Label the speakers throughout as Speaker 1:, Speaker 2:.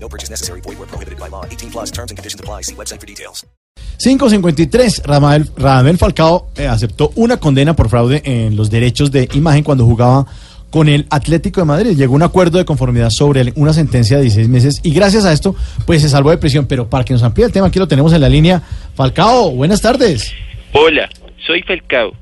Speaker 1: No purchase necessary. Void where prohibited by law. 18 plus terms and conditions apply. See website for details.
Speaker 2: 5.53, Radamel, Radamel Falcao eh, aceptó una condena por fraude en los derechos de imagen cuando jugaba con el Atlético de Madrid. Llegó a un acuerdo de conformidad sobre el- una sentencia de 16 meses y gracias a esto pues se salvó de prisión. Pero para que nos amplíe el tema, aquí lo tenemos en la línea. Falcao, buenas tardes.
Speaker 3: Hola, soy Falcao.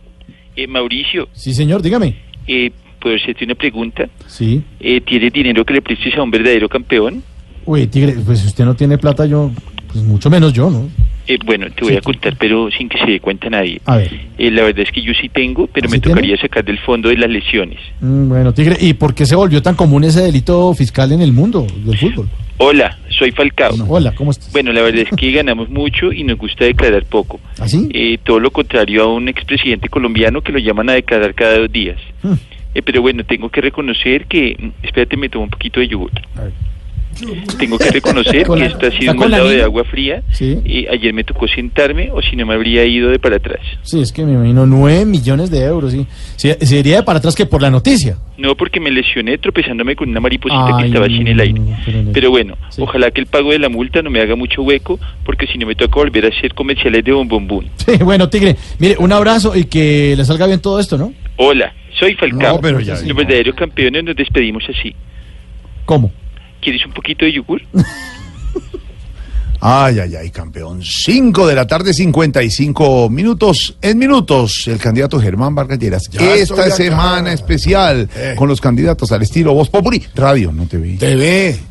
Speaker 3: Eh, Mauricio,
Speaker 2: Sí, señor, dígame.
Speaker 3: eh, ¿puedo hacerte una pregunta?
Speaker 2: Sí.
Speaker 3: Eh, ¿Tienes dinero que le prestes a un verdadero campeón?
Speaker 2: Uy, Tigre, pues si usted no tiene plata, yo, pues mucho menos yo, ¿no?
Speaker 3: Eh, bueno, te voy
Speaker 2: Sí.
Speaker 3: a contar, pero sin que se dé cuenta nadie.
Speaker 2: A ver.
Speaker 3: Eh, la verdad es que yo sí tengo, pero
Speaker 2: ¿Sí
Speaker 3: me tocaría
Speaker 2: tiene?
Speaker 3: sacar del fondo de las lesiones.
Speaker 2: Mm, Bueno, Tigre, ¿y por qué se volvió tan común ese delito fiscal en el mundo del fútbol?
Speaker 3: Hola, soy Falcao.
Speaker 2: Hola, ¿cómo estás?
Speaker 3: Bueno, la verdad es que ganamos mucho y nos gusta declarar poco.
Speaker 2: ¿Así?
Speaker 3: Eh, todo lo contrario a un expresidente colombiano que lo llaman a declarar cada dos días.
Speaker 2: Mm.
Speaker 3: Eh, pero bueno, tengo que reconocer que... mm, Espérate, me tomo un poquito de yogur. Tengo que reconocer
Speaker 2: Con
Speaker 3: que
Speaker 2: la-
Speaker 3: esto ha
Speaker 2: ¿Está
Speaker 3: sido un
Speaker 2: con la
Speaker 3: baldado de
Speaker 2: niña?
Speaker 3: agua fría.
Speaker 2: Sí.
Speaker 3: Y ayer me tocó sentarme o si no me habría ido de para atrás.
Speaker 2: Sí, es que me imagino 9 millones de euros, sí. Sí, Sería de para atrás que por la noticia.
Speaker 3: No porque me lesioné tropezándome con una
Speaker 2: Ay,
Speaker 3: mariposita que estaba así en el aire.
Speaker 2: no, pero no.
Speaker 3: Pero bueno,
Speaker 2: Sí.
Speaker 3: ojalá que el pago de la multa no me haga mucho hueco porque si no me toca volver a hacer comerciales de bombombón.
Speaker 2: Sí, bueno, Tigre, mire, un abrazo y que le salga bien todo esto, ¿no?
Speaker 3: Hola, soy Falcao.
Speaker 2: No, pero ya-
Speaker 3: Los verdaderos campeones nos despedimos así.
Speaker 2: ¿Cómo?
Speaker 3: ¿Quieres un poquito de yogur?
Speaker 4: Ay, ay, ay, campeón. 5 de la tarde, 55 minutos. En minutos, el candidato Germán Vargas Lleras.
Speaker 5: Ya estoy
Speaker 4: Esta
Speaker 5: acá.
Speaker 4: semana especial
Speaker 5: Eh.
Speaker 4: con los candidatos al estilo Voz Populi. Radio, no te vi.
Speaker 5: TV.